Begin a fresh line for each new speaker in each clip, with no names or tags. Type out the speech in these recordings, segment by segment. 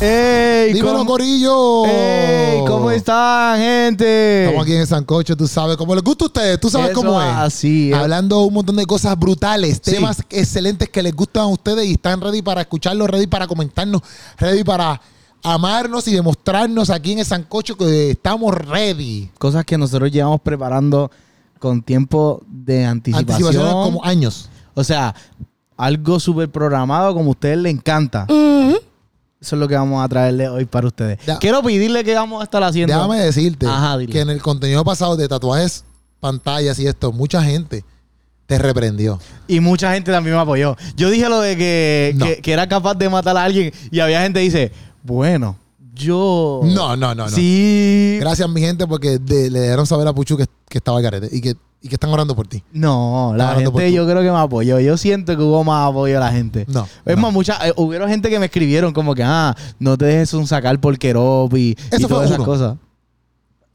¡Ey!
Dímelo,
¿cómo,
Corillo.
ey, ¿Cómo están, gente?
Estamos aquí en el Sancocho, tú sabes, como les gusta a ustedes, tú sabes
Eso
cómo es.
así es.
Hablando un montón de cosas brutales,
Sí.
temas excelentes que les gustan a ustedes y están ready para escucharlos, ready para comentarnos, ready para amarnos y demostrarnos aquí en el Sancocho que estamos ready.
Cosas que nosotros llevamos preparando con tiempo de anticipación.
Anticipaciones como años.
O sea, algo súper programado como a ustedes les encanta. Eso es lo que vamos a traerle hoy para ustedes.
Ya.
Quiero pedirle que vamos a estar haciendo.
Déjame decirte
Ajá, dile.
que en el contenido pasado de tatuajes, pantallas y esto, mucha gente te reprendió.
Y mucha gente también me apoyó. Yo dije lo de que,
No.
que, que era capaz de matar a alguien y había gente que dice, bueno, yo...
No, no, no, no.
Sí.
Gracias, mi gente, porque de- le dieron saber a Puchu que, que estaba el carete y que, y que están orando por ti.
No, la
Hablando por
gente
tú.
yo creo que me apoyó. Yo siento que hubo más apoyo de la gente.
No,
Es
no.
más, mucha, eh, hubieron gente que me escribieron como que, ah, no te dejes un sacar por Kerop y, y
Eso fue
todas esas
uno.
cosas.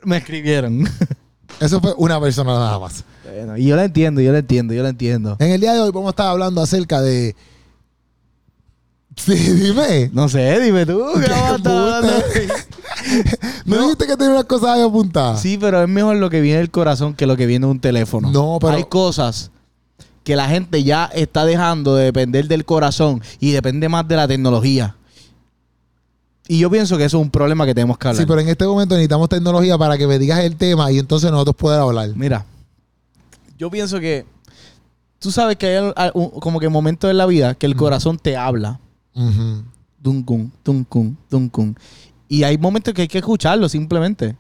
Me escribieron.
Eso fue una persona nada más.
Bueno, y yo la entiendo, yo la entiendo, yo la entiendo.
En el día de hoy vamos a estar hablando acerca de... Sí, dime.
No sé, dime tú. ¿qué
Qué
vamos a estar hablando?
¿No, dijiste que tenía unas cosas ahí apuntadas?
Sí, pero es mejor lo que viene del corazón que lo que viene de un teléfono.
No, pero-
Hay cosas que la gente ya está dejando de depender del corazón y depende más de la tecnología. Y yo pienso que eso es un problema que tenemos que hablar.
Sí, pero en este momento necesitamos tecnología para que me digas el tema y entonces nosotros poder hablar.
Mira, yo pienso que tú sabes que hay al- al- un- como que momentos en la vida que el corazón te habla.
Ujú.
Dun kun, dun kun, dun kun. Y hay momentos que hay que escucharlo simplemente.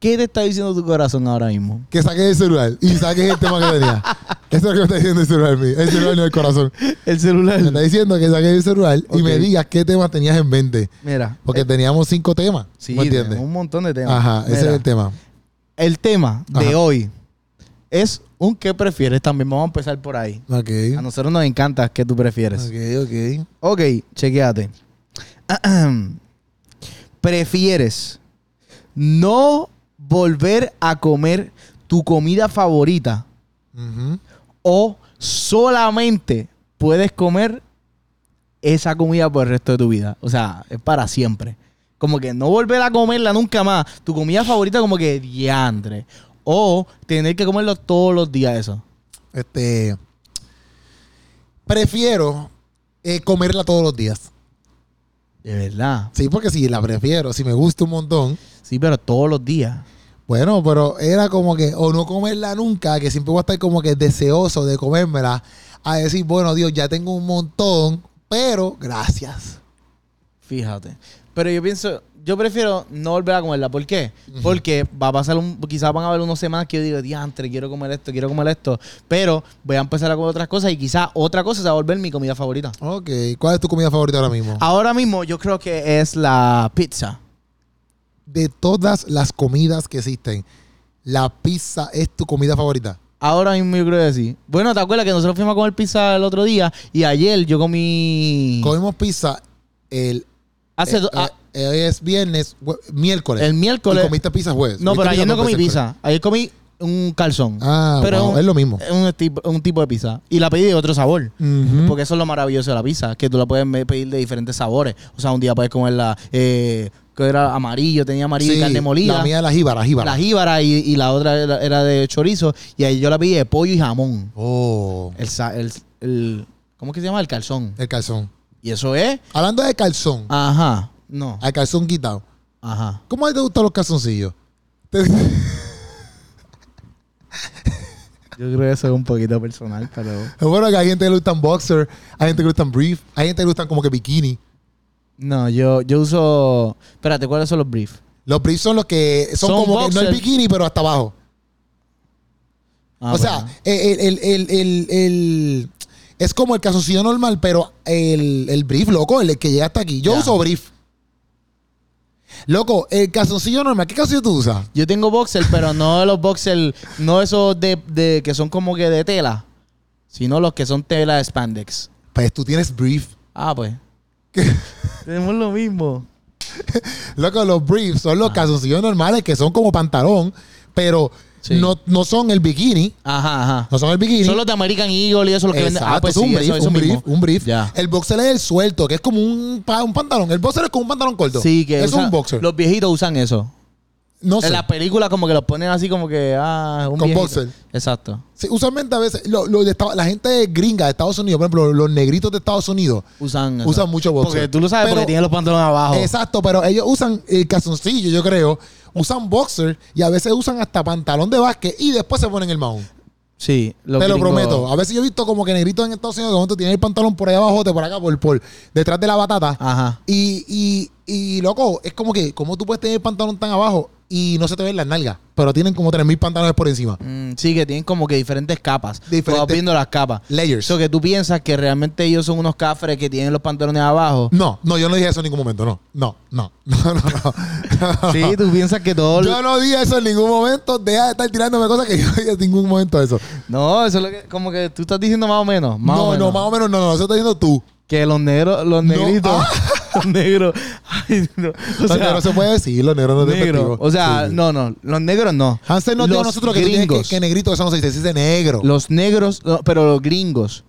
¿Qué te está diciendo tu corazón ahora mismo?
Que saques el celular y saques el tema que tenía. Eso es lo que me está diciendo el celular mío. El celular no es el corazón.
El
Me está
celular.
diciendo que saques el celular y me
Ok.
digas qué temas tenías en mente.
Mira.
Porque
eh,
teníamos cinco temas.
sí,
¿Me entiendes?
tenemos un montón de temas.
Ajá, ese
Mira,
es el tema.
El tema de
Ajá.
hoy es un qué prefieres. También vamos a empezar por ahí.
Ok.
A nosotros nos encanta qué tú prefieres.
Ok, ok.
Ok, chequeate. ¿Prefieres no volver a comer tu comida favorita
Ujú.
o solamente puedes comer esa comida por el resto de tu vida? O sea, es para siempre. Como que no volver a comerla nunca más. Tu comida favorita como que diantre. O tener que comerlo todos los días eso.
Este. Prefiero eh, comerla todos los días.
De verdad.
Sí, porque si la prefiero, si me gusta un montón.
Sí, pero todos los días.
Bueno, pero era como que, o no comerla nunca, que siempre voy a estar como que deseoso de comérmela, a decir, bueno, Dios, ya tengo un montón, pero gracias.
Fíjate. Pero yo pienso, yo prefiero no volver a comerla. ¿Por qué? Porque va a pasar un, quizás van a haber unas semanas que yo digo, diantre, quiero comer esto, quiero comer esto. Pero voy a empezar a comer otras cosas y quizás otra cosa se va a volver mi comida favorita.
Ok, ¿cuál es tu comida favorita ahora mismo?
Ahora mismo yo creo que es la pizza.
De todas las comidas que existen, la pizza es tu comida favorita.
Ahora mismo yo creo que sí. Bueno, ¿te acuerdas que nosotros fuimos a comer pizza el otro día? Y ayer yo comí...
Comimos pizza el
hace do-
Eh,
a-
eh, hoy es viernes, jue- miércoles.
el
Y
miércoles...
comiste pizza jueves.
No,
Comiste
pero
pizza
ayer no
dos
comí
veces,
pizza. Ayer comí un calzón.
creo. Ah,
Pero
wow,
un-
es lo mismo.
Un, tipo, un tipo de pizza. Y la pedí de otro sabor.
Ujú.
Porque eso es lo maravilloso de la pizza, que tú la puedes me- pedir de diferentes sabores. O sea, un día puedes comerla, eh, que era amarillo, tenía amarillo
Sí,
y carne molida.
La
La,
mía la jíbara, la jíbara.
jíbara y, y la otra era, era de chorizo. Y ahí yo la pedí de pollo y jamón.
Oh,
El, sa- el, el- ¿Cómo es que se llama? El calzón.
el calzón.
Y eso es...
Hablando de calzón,
Ajá. No.
al calzón quitado.
Ajá.
¿Cómo a ti te gustan los calzoncillos? Te-
Yo creo que eso es un poquito personal, pero...
bueno, que hay gente que le gustan boxer, hay gente que le gustan brief, hay gente que le gustan como que bikini.
No, yo, yo uso... Espérate, ¿cuáles son los briefs?
Los briefs son los que son,
Son
como que no el
boxer.
bikini, pero hasta abajo.
Ah,
o sea, el, el- el- el- el- es como el calzoncillo normal, pero el, el brief, loco, el que llega hasta aquí. Yo
Ya.
uso brief. Loco, el calzoncillo normal, ¿qué calzoncillo tú usas?
Yo tengo boxer, pero no de los boxer, no esos de, de- que son como que de tela, sino los que son tela de spandex.
Pues tú tienes brief.
Ah, pues. Tenemos lo mismo. Ah.
Loco, los briefs son los calzoncillos normales que son como pantalón, pero
Sí.
no, no son el bikini.
Ajá, ajá.
No son el bikini.
Solo de American Eagle y eso lo que venden. Ah, pues
Exacto, es un
sí,
brief,
eso- eso
un brief,
mismo.
un brief.
Ya.
El boxer es el suelto, que es como un, pa- un pantalón. El boxer es como un pantalón corto.
Sí, que
es
usan-
un boxer.
Los viejitos usan eso.
no sé.
En las películas como que los ponen así como que ah, un
Con
viejito.
boxer.
Exacto.
Sí, usualmente a veces lo- lo de esta- la gente gringa de Estados Unidos, por ejemplo, los negritos de Estados Unidos
Usan eso.
usan mucho boxer.
Porque tú lo sabes
Pero-
porque tienen los pantalones abajo.
Exacto, pero ellos usan el calzoncillo, yo creo. Usan boxer y a veces usan hasta pantalón de básquet y después se ponen el mount.
Sí, los
te lo
gringos-
prometo. A veces yo he visto como que negritos en Estados Unidos de momento tienen el pantalón por ahí abajo, te por acá, por, por detrás de la batata.
Ajá.
Y, y, y, loco, es como que, ¿cómo tú puedes tener el pantalón tan abajo y no se te ven las nalgas? Pero tienen como 3.000 pantalones por encima.
Mm, sí, que tienen como que diferentes capas.
Diferentes-
Tú vas viendo las capas.
Layers.
Eso que tú piensas que realmente ellos son unos cafres que tienen los pantalones abajo.
No, no, yo no dije eso en ningún momento, no. No, no, no, no, no.
Sí, tú piensas que todos...
Yo no dije eso en ningún momento. Deja de estar tirándome cosas que yo no dije en ningún momento eso.
No, eso es lo que... Como que tú estás diciendo más o menos. Más
no,
o menos.
no, más o menos no, no, eso está diciendo tú.
Que los negros... Los
No.
negritos... Los negros... Ay, no. O
los
sea,
negros se puede decir, los negros no es
negro.
despectivo.
O sea,
Sí, sí.
no, no. Los negros no.
Hansel no dijo a
Los
nosotros que, tú tienes que,
gringos.
que negrito, eso no se dice, se dice negro.
Los negros... no, pero los gringos.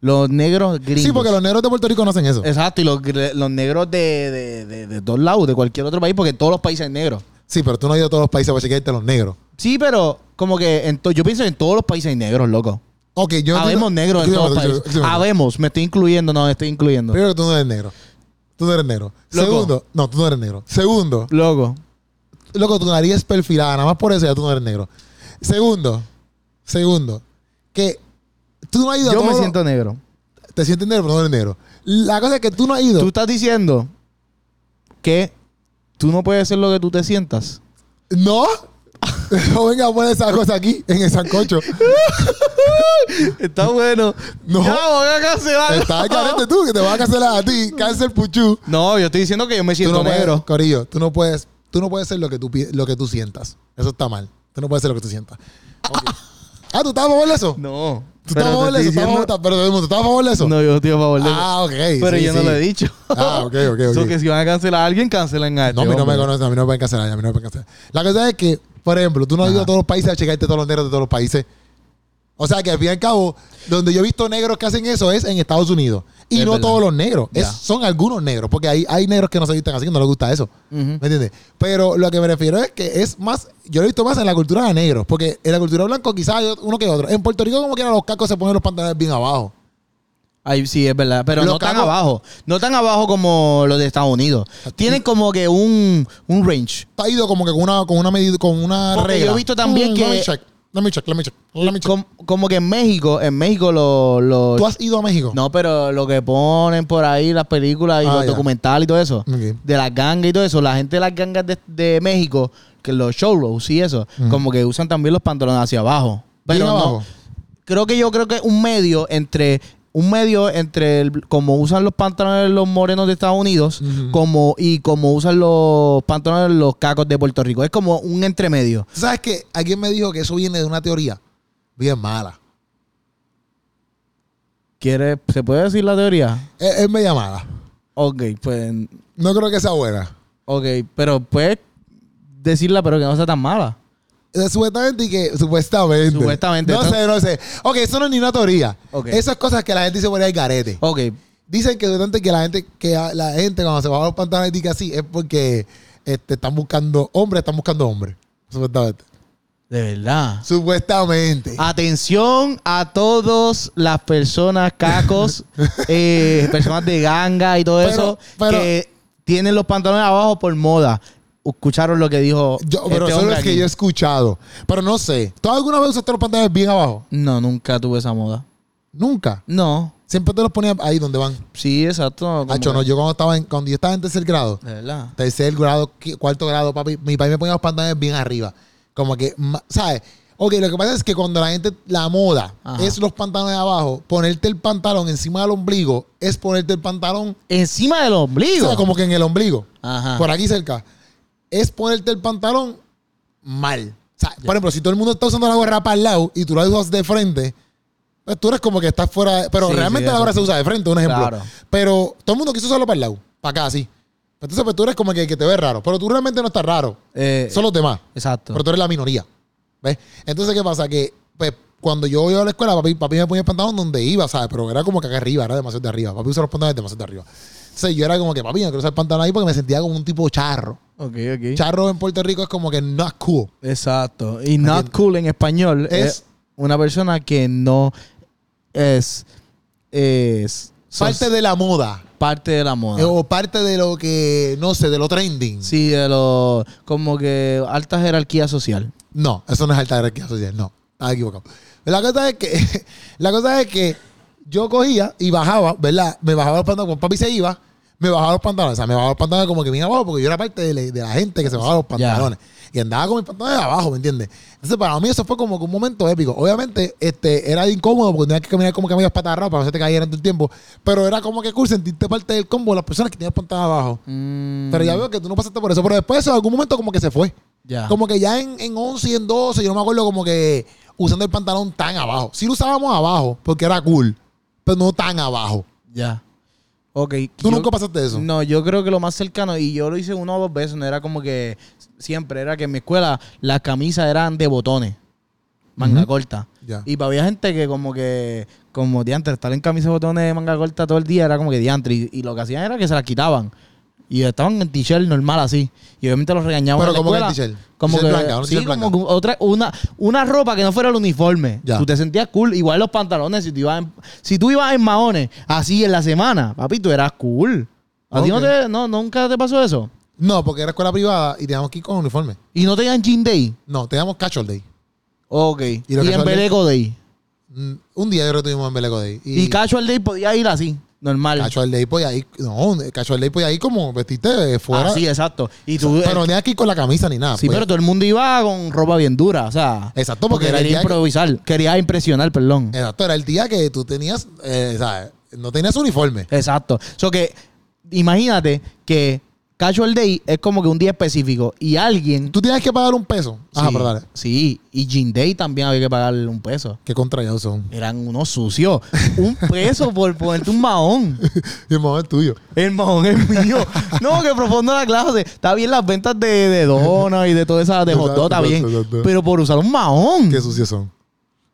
Los negros gringos.
Sí, porque los negros de Puerto Rico no hacen eso.
Exacto, y los, gre- los negros de, de, de, de todos lados, de cualquier otro país, porque todos los países hay negros.
Sí, pero tú no has ido a todos los países para chequearte los negros.
Sí, pero como que en to- yo pienso que en todos los países hay negros, loco.
Ok, yo no
Habemos negros en todos los países.
Habemos.
Habemos, me estoy incluyendo, no, me estoy incluyendo.
Primero que tú no eres negro. Tú no eres negro.
Loco.
Segundo, no, tú no eres negro. Segundo,
Loco.
loco, tu nariz es perfilada, nada más por eso ya tú no eres negro. Segundo, segundo, que tú no has ido a
Yo me
todos-
siento negro.
Te sientes negro, pero no eres negro. La cosa es que tú no has
Tú
ido.
estás diciendo que tú no puedes ser lo que tú te sientas.
¿No? no venga a poner esa cosa aquí, en el sancocho.
Está bueno.
No.
Ya, voy a cancelarlo.
Estás carente tú, que te vas a cancelar a ti. Cáncer puchú.
No, yo estoy diciendo que yo me
Tú
siento
no puedes,
negro.
Corillo, tú no puedes, tú no puedes ser lo que tú, pi- lo que tú sientas. Eso está mal. Tú no puedes ser lo que tú sientas. Ok. ah, ¿tú estás a favor de eso?
No.
¿Tú
pero
estás a
te
favor de
estoy
eso? ¿Estás a favor-
diciendo-
estás- pero todo el mundo, ¿estás a favor de eso?
No, yo estoy a favor de eso.
Ah, ok.
Pero
sí,
yo no
sí.
lo he dicho.
Ah, ok, ok, ok.
So que si van a cancelar a alguien, cancelen a este
No, a mí no me
hombre.
conocen, a mí no me pueden cancelar, a mí no me pueden cancelar. La cosa es que, por ejemplo, tú no has ido
Ajá.
a todos los países a checarte todos los negros de todos los países. O sea que al fin y al cabo, donde yo he visto negros que hacen eso es en Estados Unidos. Y
Es
no
verdad.
todos los negros, es-
Ya.
son algunos negros, porque hay, hay negros que no se visten así, que no les gusta eso.
Ujú.
¿Me entiendes? Pero lo que me refiero es que es más, yo lo he visto más en la cultura de negros, porque en la cultura blanco quizás hay uno que otro. En Puerto Rico como que los cacos se ponen los pantalones bien abajo.
Ay, sí, es verdad. Pero
Los
no tan
cacos-
abajo. No tan abajo como los de Estados Unidos. Tienen como que un, un range.
Está ido como que con una, con una medida, con una
Porque
regla.
yo he visto también que-
Let me check, let me check, let me check, let me check.
Com- como que en México, en México los... los-
¿Tú has ido a México?
No, pero lo que ponen por ahí, las películas y
Ah,
los
ya.
documentales y todo eso.
Ok.
De las gangas y todo eso. La gente de las gangas de, de México, que los showrows y eso,
Ujú.
como que usan también los pantalones hacia abajo. Pero
Bien
no-
abajo.
creo que yo creo que un medio entre un medio entre el- como usan los pantalones los morenos de Estados Unidos
Ujú.
como y como usan los pantalones los cacos de Puerto Rico es como un entremedio
¿Tú ¿Sabes que Alguien me dijo que eso viene de una teoría bien mala.
¿Quieres, se puede decir la teoría
Es, es media mala.
ok pues
No creo que sea buena.
ok pero puedes decirla pero que no sea tan mala
Eh, Supuestamente y que... Supuestamente.
Supuestamente,
No
¿no?
sé, no sé. Ok, eso no es ni una teoría.
Ok.
Esas cosas que la gente se pone al garete.
ok
Dicen que durante que la gente, que a- la gente cuando se baja los pantalones dice así es porque este, están buscando hombres, están buscando hombres. Supuestamente.
de verdad
Supuestamente.
Ah, Atención a todas las personas cacos, eh, personas de ganga y todo
Pero-
eso,
pero-
que tienen los pantalones abajo por moda. Escucharon lo que dijo.
Yo- pero
este
eso es
hombre
lo que
aquí.
yo he escuchado. Pero no sé. ¿Tú alguna vez usaste los pantalones bien abajo?
No, nunca tuve esa moda.
Nunca.
No,
Siempre te los ponías ahí donde van.
sí, exacto. como
Hacho,
que-
no, yo cuando estaba en, cuando yo estaba en tercer grado,
De verdad.
tercer grado, qui- cuarto grado, papi, mi papi me ponía los pantalones bien arriba. Como que, ma- ¿sabes? Ok, lo que pasa es que cuando la gente, la moda
Ajá.
es los pantalones abajo, ponerte el pantalón encima del ombligo es ponerte el pantalón,
Encima del
o
ombligo.
sea, como que en el ombligo,
Ajá.
por aquí cerca, es ponerte el pantalón mal. O sea, por ejemplo, si todo el mundo está usando la gorra para el lado y tú la usas de frente, pues tú eres como que estás fuera, de- pero
Sí, sí,
realmente la
eso.
gorra se usa de frente, un ejemplo.
Claro.
Pero todo el mundo quiso usarlo para el lado, para acá, así. Entonces, pues tú eres como que, que te ves raro. Pero tú realmente no estás raro.
Eh,
Son los demás.
exacto.
Pero tú eres la minoría. ¿Ves? Entonces, ¿qué pasa? Que pues, cuando yo iba a la escuela, papi, papi me ponía el pantalón donde iba, ¿sabes? Pero era como que acá arriba, era demasiado de arriba. Papi usaba los pantalones demasiado de arriba. Entonces yo era como que, papi, no quiero usar el pantalón ahí porque me sentía como un tipo charro.
Ok, ok.
Charro en Puerto Rico es como que not cool.
Exacto. Y not cool en español es
Es-
una persona que no es, es
Parte
sos- Ah.
de la moda.
parte de la
eh,
moda.
O parte de lo que, no sé, de lo trending.
Sí, de lo como que alta jerarquía social.
No, eso no es alta jerarquía social, no. Estás equivocado. La cosa es que, la cosa es que yo cogía y bajaba, ¿verdad? Me bajaba los pantalones, cuando papi se iba, me bajaba los pantalones. O sea, me bajaba los pantalones como que bien abajo, porque yo era parte de la, de la gente que se bajaba los pantalones. Y andaba con mis pantalones abajo, ¿me entiendes? Entonces, para mí eso fue como que un momento épico. Obviamente, este, era incómodo porque tenías que caminar como que medio patarrado para que no se te cayeran todo el tiempo. Pero era como que cool sentirte parte del combo de las personas que tenían pantalones abajo.
Mm,
Pero ya veo que tú no pasaste por eso. Pero después eso, en algún momento como que se fue.
Ya.
Como que ya en, en 11 y en 12, yo no me acuerdo como que usando el pantalón tan abajo. Sí lo usábamos abajo, porque era cool, pero no tan abajo.
Ya. Ok. yo-
¿Tú nunca pasaste eso?
No, yo creo que lo más cercano, y yo lo hice una o dos veces, no era como que siempre, era que en mi escuela las camisas eran de botones, manga
Ujú.
corta.
Ya.
Y había gente que como que, como diantre, estar en camisa de botones de manga corta todo el día era como que diantre. Y, y lo que hacían era que se las quitaban. Y estaban en t-shirt normal así. Y obviamente los regañaban en
Pero
la
como que
escuela.
t-shirt.
Como que,
T-shirt blanca, una
sí,
t-shirt
como
blanca.
que otra, una, una ropa que no fuera el uniforme.
Ya.
Tú te sentías cool. Igual los pantalones, si tú ibas en, si tú ibas en maones así en la semana, papi, tú eras cool. ¿A ti no
Ok.
te, no, nunca te pasó eso?
No, porque era escuela privada y teníamos que ir con uniforme.
Y no tenían jean day.
No, teníamos casual day.
Ok. Y,
lo que
en
son-
Beleco day.
Mm, Un día yo creo que tuvimos en Beleco Day.
Y, casual day podía ir así, normal.
Casual Day podía ir. No, Casual Day podía ir como vestirte eh, fuera.
Así, exacto. Y Ah, tú, eh,
pero no tenías que ir con la camisa ni nada.
Sí,
podía-
pero todo el mundo iba con ropa bien dura, o sea.
pues, Exacto, porque era Eh. el
quería
día que-
improvisar, quería impresionar, perdón.
Exacto, era el día que tú tenías, eh, ¿sabes? No tenías uniforme.
Exacto. So que, imagínate que Casual Day es como que un día específico y alguien.
Tú tenías que pagar un peso. Ajá,
sí,
pero dale.
Sí, y Jean Day también había que pagarle un peso.
Qué contrallados son.
Eran unos sucios. Un peso por ponerte un mahón.
Y el mamá es tuyo.
El mahón es mío. No, que profundo la clase. Está bien las ventas de, de donas y de todas esas de hot dog, está
Exacto,
bien.
exacto.
Pero por usar un mahón.
Qué sucios son.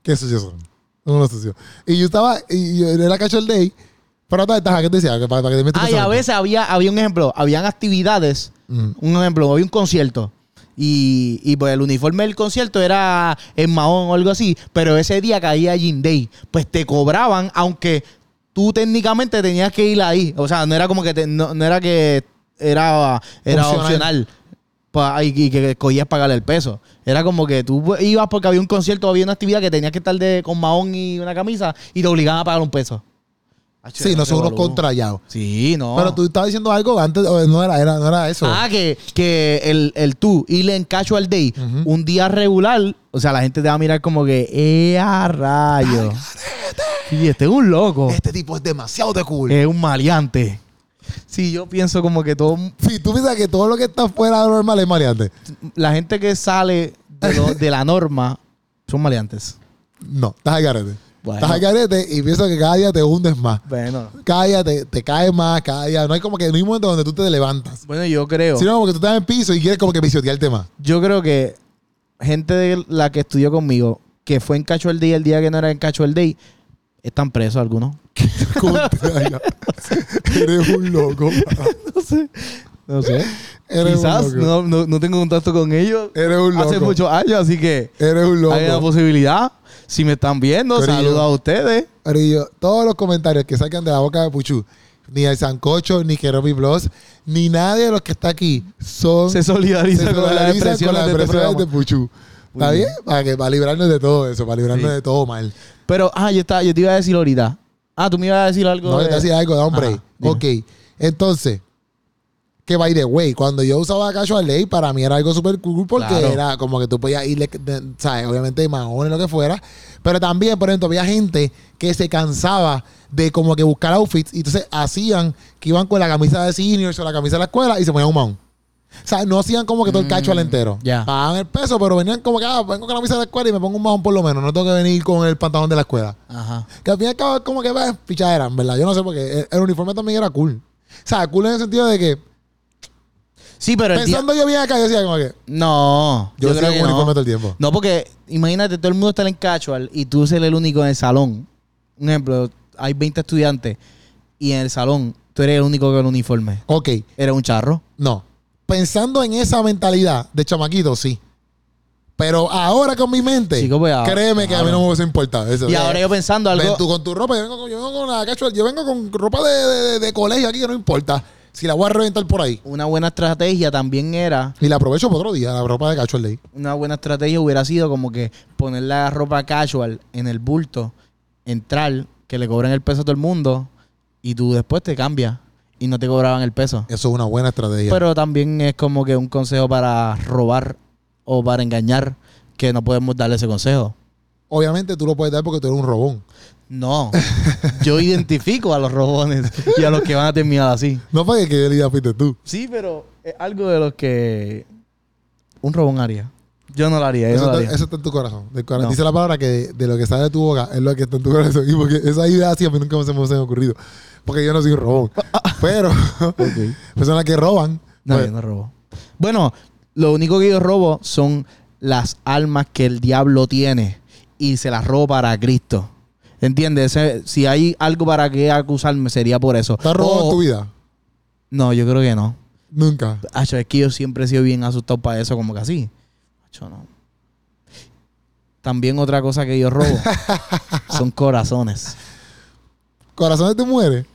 Qué sucios son. Son unos sucios. Y yo estaba, y yo era casual day, pero otra vez, ajá, ¿qué te decía? Que Para, para que te metas
Ah, y
en esa
a
mente.
veces había, había un ejemplo, habían actividades.
Mm.
Un ejemplo, había un concierto. Y, y, pues el uniforme del concierto era en Mahón o algo así, pero ese día caía Jean Day. Pues te cobraban, aunque tú técnicamente tenías que ir ahí. O sea, no era como que te- no, no era que era, era
Opcional.
opcional. pa- y, y que escogías pagar el peso. Era como que tú ibas porque había un concierto, había una actividad que tenías que estar de, con Mahón y una camisa y te obligaban a pagar un peso.
Sí, no son unos
Revolú.
contrallados.
Sí, no.
Pero tú estabas diciendo algo antes, o no era, era, no era eso.
Ah, que, que el, el tú y le encacho al day
Ujú.
un día regular, o sea, la gente te va a mirar como que, ¡eh, a rayo! Y este es un loco,
Este tipo es demasiado de cool.
es un maleante. Sí, yo pienso como que todo,
Si tú piensas que todo lo que está fuera de lo normal es maleante.
la gente que sale de, lo- de la norma son maleantes.
No, estás al garete.
Bueno.
Estás al garete y pienso que cada día te hundes más.
Bueno,
Cada día te, te caes más, cada día. No hay como que, no hay momento donde tú te levantas.
bueno, yo creo,
Sino como que tú estás en piso y quieres como que pisotearte más.
yo creo que gente de la que estudió conmigo, que fue en Cacho el Day el día que no era en Cacho el Day, están presos algunos.
Contrallado. Eres un loco. papá.
No sé. No sé.
Eres
Quizás
un loco.
no, no- no tengo contacto con ellos
Eres un loco.
hace muchos años, así que
Eres un
hay una
loco.
posibilidad. Si me están viendo,
Corillo.
saludos a ustedes.
Corillo, todos los comentarios que sacan de la boca de Puchu, ni el Sancocho, ni Keropi Bloss, ni nadie de los que está aquí son
Se solidariza,
se
con las
solidarizan
expresiones de este
expresiones de
programa.
Puchu. ¿Está
Muy
bien? Para, que, para librarnos de todo eso, para librarnos
Sí.
de todo mal.
Pero, ah, yo, estaba- yo te iba a decir ahorita. Ah, tú me ibas a decir algo.
No,
de-
yo te hacía algo, da un
Ajá,
break.
dime.
Ok, entonces, que by the way, cuando yo usaba Casual Day, para mí era algo súper cool porque
Claro.
era como que tú podías irle, de- ¿sabes? Obviamente, mahones, lo que fuera. Pero también, por ejemplo, había gente que se cansaba de como que buscar outfits y entonces hacían que iban con la camisa de seniors o la camisa de la escuela y se ponían un mahón. O sea, no hacían como que todo el casual entero.
Mm, ya.
Pagaban el peso, pero venían como que, ah, vengo con la camisa de la escuela y me pongo un mahón por lo menos. No tengo que venir con el pantalón de la escuela.
Ajá.
Que al fin y al cabo es como que va pichadera, en verdad. Yo no sé porque el, el uniforme también era cool. O sea, cool en el sentido de que
Sí, pero el día...
Pensando yo bien acá, yo decía como que.
No,
Yo,
yo, creo
sigo
que
con uniforme
no.
todo el tiempo.
No, porque imagínate, todo el mundo está en casual y tú ser el único en el salón. Un ejemplo, hay 20 estudiantes y en el salón tú eres el único con el uniforme.
Ok,
Eres un charro.
no. Pensando en esa mentalidad de chamaquito, sí. Pero ahora con mi mente,
Chico, pues, ahora-
créeme que a mí no me hubiese importado. Eso,
Y
eh,
ahora yo pensando
ven
algo.
tú con tu ropa, yo vengo con, yo vengo con la casual, yo vengo con ropa de, de- de- de colegio aquí que no importa. Si la voy a reventar por ahí.
Una buena estrategia también era.
Y la aprovecho para otro día, la ropa de casual de ahí.
Una buena estrategia hubiera sido como que poner la ropa casual en el bulto, entrar, que le cobran el peso a todo el mundo y tú después te cambias y no te cobraban el peso.
Eso es una buena estrategia.
Pero también es como que un consejo para robar o para engañar, que no podemos darle ese consejo.
Obviamente tú lo puedes dar porque tú eres un robón.
No, yo identifico a los robones y a los que van a terminar así.
No para que quede la idea fuiste tú.
Sí, pero es algo de los que un robón haría. Yo no lo haría, yo
Eso,
no lo
está,
haría.
eso está en tu corazón. Del corazón.
No.
Dice la palabra que de, de lo que sale de tu boca es lo que está en tu corazón. Y porque esa idea así a mí nunca me se me hubiesen ocurrido. Porque yo no soy un robón. Pero personas que roban.
No,
pues,
yo no robo. Bueno, lo único que yo robo son las almas que el diablo tiene y se las robo para Cristo. ¿Entiendes? Ese- Si hay algo para que acusarme sería por eso.
¿Te has robado en
O-
tu vida?
No, yo creo que no.
Nunca.
Acho, es que yo siempre he sido bien asustado para eso, como que así. Acho, no. También otra cosa que yo robo son corazones.
¿Corazones te muere?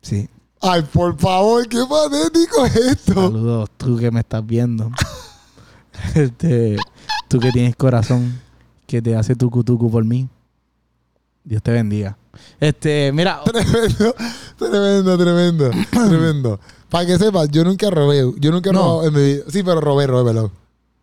Sí.
Ay, por favor, qué patético es esto.
Saludos, tú que me estás viendo. Este, tú que tienes corazón, que te hace tucu tucu por mí. Dios te bendiga. Este, mira,
Tremendo, tremendo, tremendo, tremendo. Para que sepas, yo nunca robé. Yo nunca he
No.
robado en mi vida. Sí, pero robé, robé, perdón.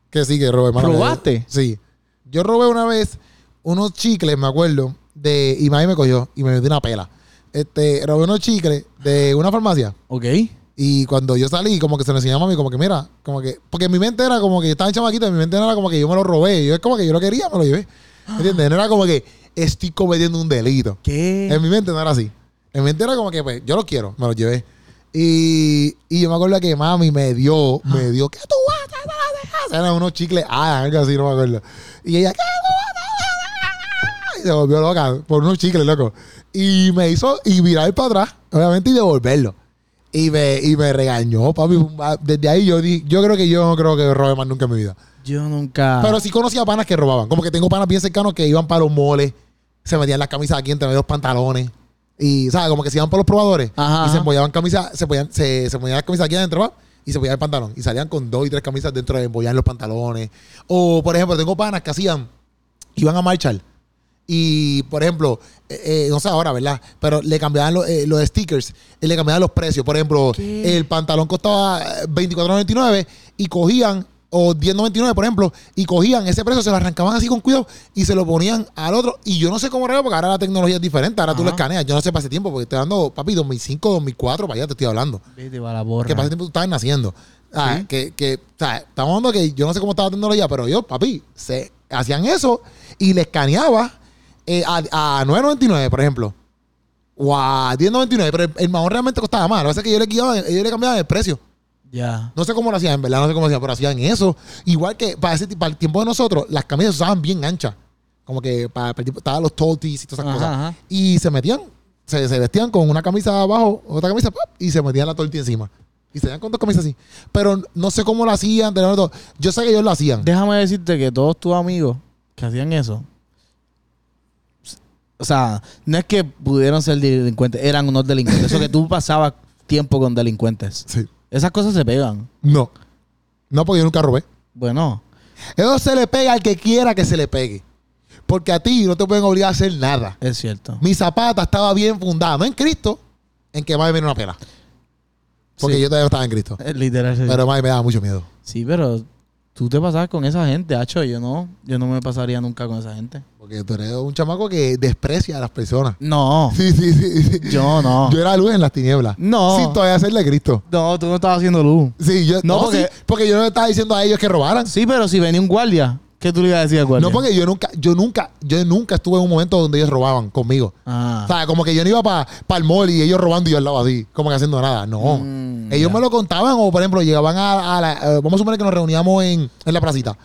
Que sí, que robé. mala mía.
¿Robaste?
Sí. Yo robé una vez unos chicles, me acuerdo, de. Y mami me cogió y me metió una pela. Este, robé unos chicles de una farmacia.
ok.
Y cuando yo salí, como que se lo enseñé a mami, como que mira, como que. Porque en mi mente era como que yo estaba en chamaquito, en mi mente era como que yo me lo robé. Yo es como que yo lo quería, me lo llevé. ¿Entiendes? No era como que estoy cometiendo un delito.
¿Qué?
En mi mente no era así. En mi mente era como que, pues, yo lo quiero, me lo llevé. Y, y yo me acuerdo que mami me dio, me dio, ¿qué tú vas a hacer? Eran unos chicles, ah, algo así, no me acuerdo. Y ella, ¿qué tú vas a hacer? Y se volvió loca por unos chicles, loco. Y me hizo, y virar para atrás, obviamente, y devolverlo. Y me, y me regañó, papi. Desde ahí yo dije, yo creo que yo no creo que robe más nunca en mi vida.
Yo nunca.
Pero sí conocía panas que robaban. Como que tengo panas bien cercanos que iban para los moles, se metían las camisas aquí entre medio de los pantalones. Y, ¿sabes? Como que se iban para los probadores.
Ajá,
y se
ajá.
embollaban camisas, se, ponían- se, se ponían las camisas aquí adentro, ¿va? Y se ponían el pantalón. Y salían con dos y tres camisas dentro de embollar los pantalones. O, por ejemplo, tengo panas que hacían, iban a marchar. Y, por ejemplo, eh, eh, no sé ahora, ¿verdad? Pero le cambiaban los, eh, los stickers, eh, le cambiaban los precios. Por ejemplo,
¿Qué?
el pantalón costaba eh, 24.99 y cogían, o 10.99, por ejemplo, y cogían ese precio, se lo arrancaban así con cuidado y se lo ponían al otro. Y yo no sé cómo era, porque ahora la tecnología es diferente. Ahora tú
Ajá.
lo escaneas. Yo no sé para ese tiempo, porque estoy hablando, papi, 2005, 2004, para allá te estoy hablando.
Vete para la borra.
Que para ese tiempo tú estabas naciendo. Ah,
Sí.
Que, que, o sea, estamos hablando que yo no sé cómo estaba la tecnología, pero yo, papi, se hacían eso y le escaneaba eh, a, a 9.99, por ejemplo. O a 10.99, pero el, el mahón realmente costaba más. Lo que pasa es que yo le, guiaba- yo le cambiaba el precio.
Ya.
No sé cómo lo hacían, en verdad, no sé cómo lo hacían, pero hacían eso. Igual que para, ese, ti- para el tiempo de nosotros, las camisas se usaban bien anchas. Como que para, para el tiempo- estaban los toltis y todas
Ajá,
esas cosas.
ajá.
Y se metían, se, se vestían con una camisa abajo, otra camisa, ¡pap! y se metían la tortilla encima. Y se dan con dos camisas así. Pero no sé cómo lo hacían, de verdad, yo sé que ellos lo hacían.
Déjame decirte que todos tus amigos que hacían eso, o sea, no es que pudieron ser delincuentes, eran unos delincuentes. Eso que tú pasabas tiempo con delincuentes.
Sí.
Esas cosas se pegan.
No. No, porque yo nunca robé.
Bueno,
Eso se le pega al que quiera que se le pegue. Porque a ti no te pueden obligar a hacer nada.
es cierto.
Mi zapata estaba bien fundada, no en Cristo, en que va a venir una pela. Porque
Sí.
yo todavía no estaba en Cristo.
Eh, Literal. sí.
Pero mami me daba mucho miedo.
sí, pero tú te pasabas con esa gente, hacho. Yo no, yo no me pasaría nunca con esa gente.
Porque tú eres un chamaco que desprecia a las personas.
No,
Sí, sí, sí. sí.
yo no.
Yo era luz en las tinieblas.
No.
Sin todavía hacerle Cristo.
No, tú no estabas haciendo luz.
Sí, yo.
No,
No,
porque-
sí, porque yo no le estaba diciendo a ellos que robaran.
Sí, pero si venía un guardia, ¿Qué tú le ibas a decir a Guardia?
No, porque yo nunca, yo nunca, yo nunca estuve en un momento donde ellos robaban conmigo.
Ah.
O sea, como que yo no iba para el mall y ellos robando y yo al lado así, como que haciendo nada. No.
Mm,
ellos
ya.
me lo contaban o, por ejemplo, llegaban a, a la... eh, vamos a suponer que nos reuníamos en, en la placita.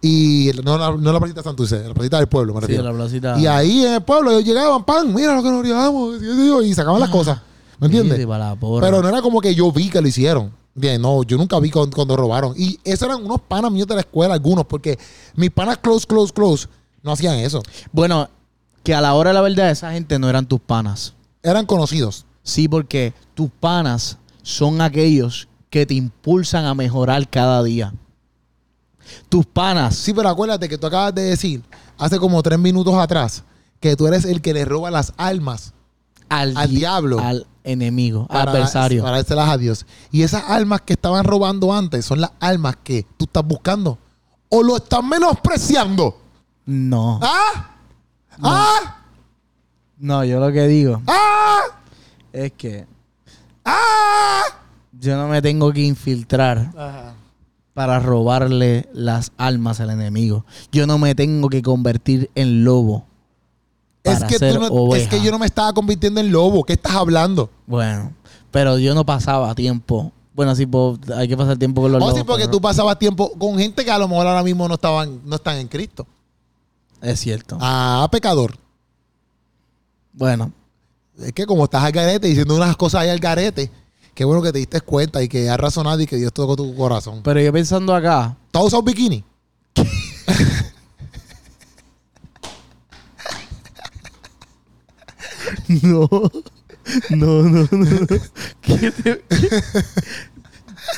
Y no, la- no la placita de Santurce, la placita del pueblo, me
Sí,
refiero.
la placita.
Y ahí en el pueblo ellos llegaban, pan, mira lo que nos llevamos. y- Y y sacaban las cosas. ¿Me entiendes?
Ah. Sí, para la porra.
Pero no era como que yo vi que lo hicieron. Bien, no, yo nunca vi cu- cuando, robaron. Y esos eran unos panas míos de la escuela, algunos, porque mis panas close, close, close, no hacían eso.
Bueno, que a la hora de la verdad esa gente no eran tus panas.
Eran conocidos.
Sí, porque tus panas son aquellos que te impulsan a mejorar cada día. Tus panas.
Sí, pero acuérdate que tú acabas de decir hace como tres minutos atrás que tú eres el que le roba las almas
al,
Al
di-
diablo.
Al enemigo, al
para-
Ah, adversario.
Para dárselas a Dios. Y esas almas que estaban robando antes son las almas que tú estás buscando. O lo estás menospreciando.
No.
¿Ah? ¿Ah?
No, yo lo que digo
¿Ah?
es que
¿Ah?
yo no me tengo que infiltrar
Ajá.
para robarle las almas al enemigo. Yo no me tengo que convertir en lobo.
Es
para
que,
ser
tú no,
oveja.
es que yo no me estaba convirtiendo en lobo. ¿Qué estás hablando?
Bueno, pero yo no pasaba tiempo. Bueno, sí, po- hay que pasar tiempo con los
O
lobos.
Oh, sí, porque
pero-
tú pasabas tiempo con gente que a lo mejor ahora mismo no estaban, no están en Cristo.
Es cierto.
Ah, pecador.
Bueno,
Es que como estás al garete diciendo unas cosas ahí al garete, qué bueno que te diste cuenta y que has razonado y que Dios tocó tu corazón.
pero yo pensando acá,
¿Tú has usado bikini?
No, no, no, no. no. ¿Qué te- qué?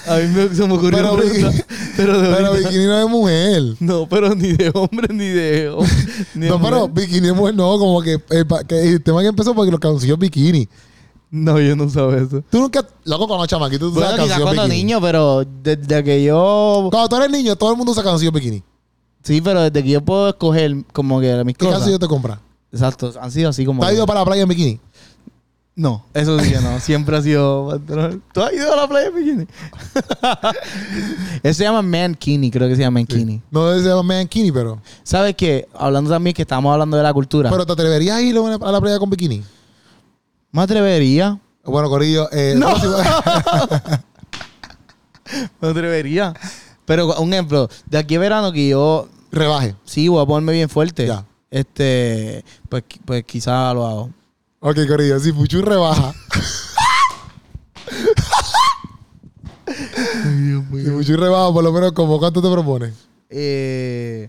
A mí me, se me ocurrió
Pero
una
vi-
pregunta, pero de
Pero
ahorita-
bikini no es mujer.
No, pero ni de hombre, ni de hom- ni de
No, pero
mujer.
bikini es mujer, no, como que el, pa- que el tema que empezó porque los canciones bikini.
No, yo no sabía eso.
Tú nunca, loco con los chamaquitos, tú
Bueno,
usabas
quizás
canción
cuando
bikini.
niño, pero desde que yo...
Cuando tú eres niño, todo el mundo usa canción bikini.
Sí, pero desde que yo puedo escoger como que mis
¿Qué
cosas.
canción te compras?
Exacto, han sido así como...
¿Tú has
que-
ido para la playa en bikini?
No, eso sí que no. Siempre ha sido pantalón. ¿Tú has ido a la playa en bikini? eso se llama mankini, creo que se llama mankini.
No se llama bikini, pero.
¿Sabes qué? Hablando también que estamos hablando de la cultura.
Pero te atreverías a ir a una- a la playa con bikini.
me atrevería.
Bueno, Corillo, eh,
No.
próximo-
Me atrevería. Pero un ejemplo, de aquí a verano que yo
rebaje.
sí voy a ponerme bien fuerte.
Ya.
Este, pues, qui- pues quizás lo hago.
Ok, Corillo, si Fuchu rebaja, si Fuchu rebaja, por lo menos, como ¿cuánto te propones?
Eh,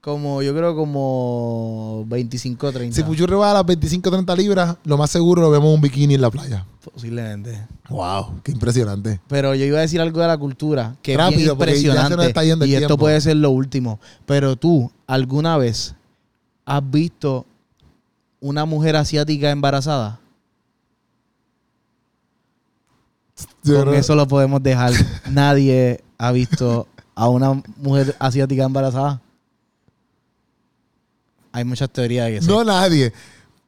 como yo creo como 25 o 30.
Si Fuchu rebaja las 25 30 libras, lo más seguro lo vemos en un bikini en la playa.
Posiblemente.
¡Wow! ¡Qué impresionante!
Pero yo iba a decir algo de la cultura, que es bien
Rápido, porque ya se nos
impresionante.
está yendo el
y esto
tiempo.
puede ser lo último. Pero tú, ¿alguna vez has visto una mujer asiática embarazada?
Yo
Con
creo-
eso lo podemos dejar. Nadie ha visto a una mujer asiática embarazada. Hay muchas teorías de que sí.
No nadie.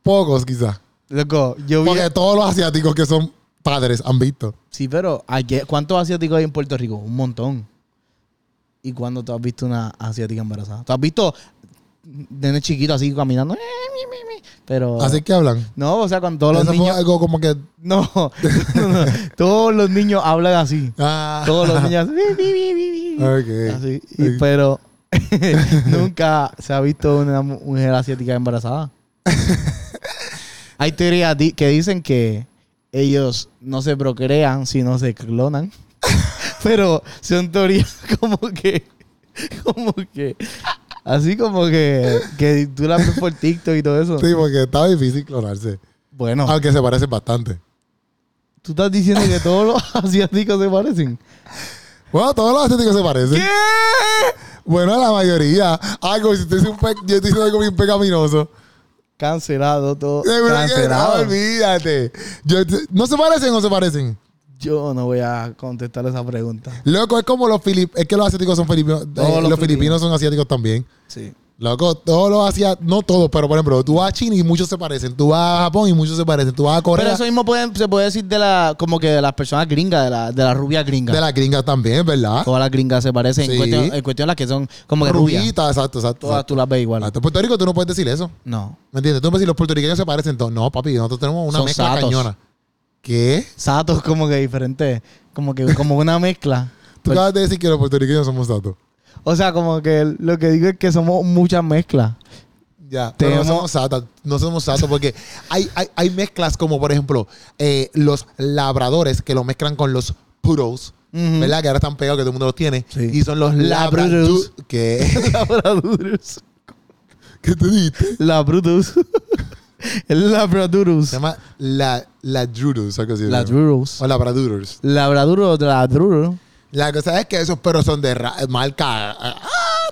Pocos, quizás.
Loco, yo vi...
Porque todos los asiáticos que son padres han visto.
Sí, pero aquí- ¿cuántos asiáticos hay en Puerto Rico? Un montón. ¿Y cuándo tú has visto una asiática embarazada? ¿Tú has visto nenes chiquitos así caminando? Pero...
Así que hablan.
No, o sea, con todos los
Eso fue
niños...
algo como que.
No, no, no. todos los niños hablan así.
Ah.
Todos los niños así. "Bi, bi, bi, bi, bi".
Ok.
Así, y-
Ok.
pero nunca se ha visto una mu- mujer asiática embarazada. Hay teorías di- que dicen que ellos no se procrean, sino se clonan. pero son teorías como que, como que, así como que, que tú las ves por TikTok y todo eso.
Sí, Ah. porque estaba difícil clonarse.
Bueno,
Aunque se parecen bastante.
tú estás diciendo que todos los asiáticos se parecen.
Bueno, todos los asiáticos se parecen. Bueno, la mayoría. Algo, si te hice un pe... yo te hice algo bien pecaminoso.
Cancelado todo.
Seguro que no,
Cancelado.
olvídate. Yo te- ¿No se parecen o se parecen?
Yo no voy a contestar esa pregunta.
Loco, es como los filipinos. Es que los asiáticos son filipinos. Eh,
Todos los
los, filipinos son asiáticos también.
Sí.
Loco, todo lo hacía, no todo, pero por ejemplo, tú vas a China y muchos se parecen, tú vas a Japón y muchos se parecen, tú vas a Corea.
Pero eso mismo pueden- se puede decir de la, como que de las personas gringas, de la, de las rubias gringas.
de las gringas también, ¿verdad?
Todas las gringas se parecen.
Sí.
En, cuestión, en cuestión las que son como que rubias.
Rubitas, exacto, exacto.
Todas tú las ves igual.
exacto. En Puerto Rico tú no puedes decir eso.
No.
¿Me entiendes? Tú me decís, los puertorriqueños se parecen todos. No, papi, nosotros tenemos una
Son
mezcla
satos.
cañona. ¿Qué?
Satos como que diferentes. Como que como una mezcla.
Tú acabas de decir que los puertorriqueños somos satos.
O sea, como que lo que digo es que somos muchas mezclas.
Ya, pero
Tenemos-
no somos satas, no somos satos porque hay, hay, hay mezclas como, por ejemplo, eh, los labradores que lo mezclan con los puros,
Ujú.
¿verdad? Que ahora están pegados que todo el mundo los tiene.
Sí.
Y son los labradores.
Labradores.
¿Qué?
Labradorus.
¿Qué te dijiste?
Labradus. El Labradorus.
Se llama la, ladrudus, algo así.
Labradorus.
O labradurus.
Labraduro, labraduro.
La cosa es que esos perros son de ra- marca, ah,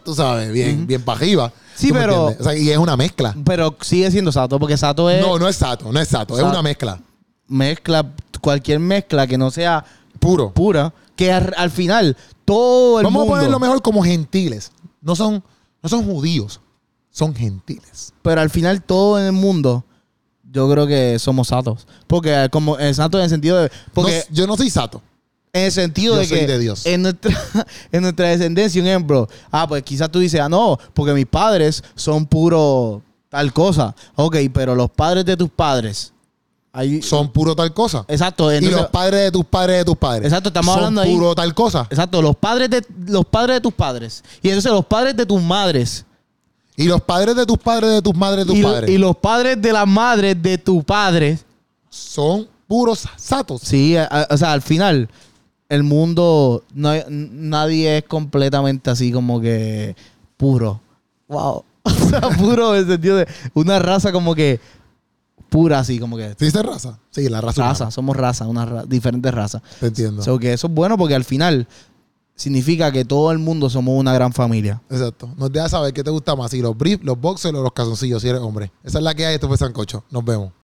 tú sabes, bien, bien para arriba.
Sí,
¿Tú me
pero-
entiendes? O sea, y es una mezcla.
Pero sigue siendo Sato, porque Sato es
No, no es sato, no es sato, es
Eh, Sato.
una mezcla.
mezcla, cualquier mezcla que no sea
Puro.
pura, que al, al final todo el
Vamos
mundo.
a ponerlo mejor como gentiles. No son, no son judíos, son gentiles.
Pero al final todo en el mundo, yo creo que somos Satos. Porque como eh, Sato en el sentido de. Porque
No, yo no soy sato.
En el sentido
Yo
de
soy
que
de Dios.
En, nuestra, en nuestra descendencia, un ejemplo, ah, pues quizás tú dices, ah, no, porque mis padres son puro tal cosa. Ok, pero los padres de tus padres. Ahí,
Son puro tal cosa.
exacto, entonces-
y los padres de tus padres de tus padres.
Exacto, estamos
son
hablando ahí-
puro tal cosa.
exacto, los padres de los padres de tus padres. Y entonces los padres de tus madres.
Y los padres de tus padres de tus madres de tus
Y,
padres.
y los padres de las madres de tus padres.
Son puros satos.
Sí, a- a- o sea, al final, el mundo, no hay- n- nadie es completamente así como que puro. Wow. O sea, puro en el sentido de una raza como que pura así, como que
¿Sí dice raza? Sí, la raza.
raza,
humana.
somos raza, una ra- diferentes razas.
Te entiendo.
O sea, que eso es bueno porque al final significa que todo el mundo somos una gran familia.
Exacto. Nos deja saber qué te gusta más, si los briefs, los boxers o los calzoncillos, si eres hombre. Esa es la que hay, esto fue Sancocho. Nos vemos.